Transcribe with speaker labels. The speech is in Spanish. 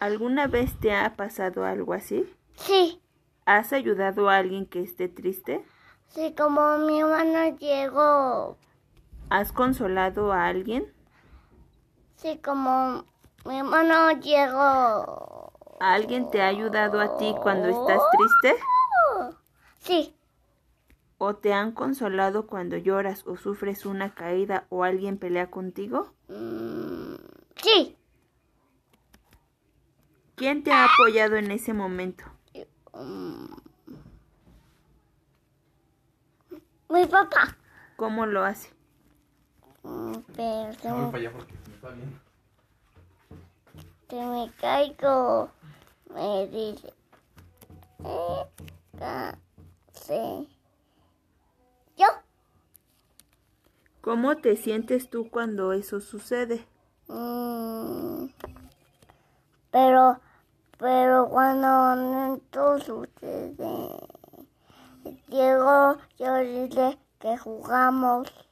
Speaker 1: ¿Alguna vez te ha pasado algo así?
Speaker 2: Sí,
Speaker 1: ¿Has ayudado a alguien que esté triste?
Speaker 2: sí, como mi hermano llegó,
Speaker 1: ¿Has consolado a alguien?
Speaker 2: sí, como mi hermano llegó.
Speaker 1: ¿Alguien te ha ayudado a ti cuando estás triste?
Speaker 2: Sí,
Speaker 1: ¿O te han consolado cuando lloras o sufres una caída o alguien pelea contigo?
Speaker 2: mm, sí,
Speaker 1: ¿Quién te ha apoyado en ese momento?
Speaker 2: mm. mi papá.
Speaker 1: ¿Cómo lo hace?
Speaker 2: Mm, Pero se
Speaker 3: Voy
Speaker 2: me,
Speaker 3: para allá porque me está viendo.
Speaker 2: se me caigo, me dice. Eh, ca- sí. Yo,
Speaker 1: ¿Cómo te sientes tú cuando eso sucede?
Speaker 2: Mm, Pero, pero cuando esto sucede, Diego yo dice que jugamos.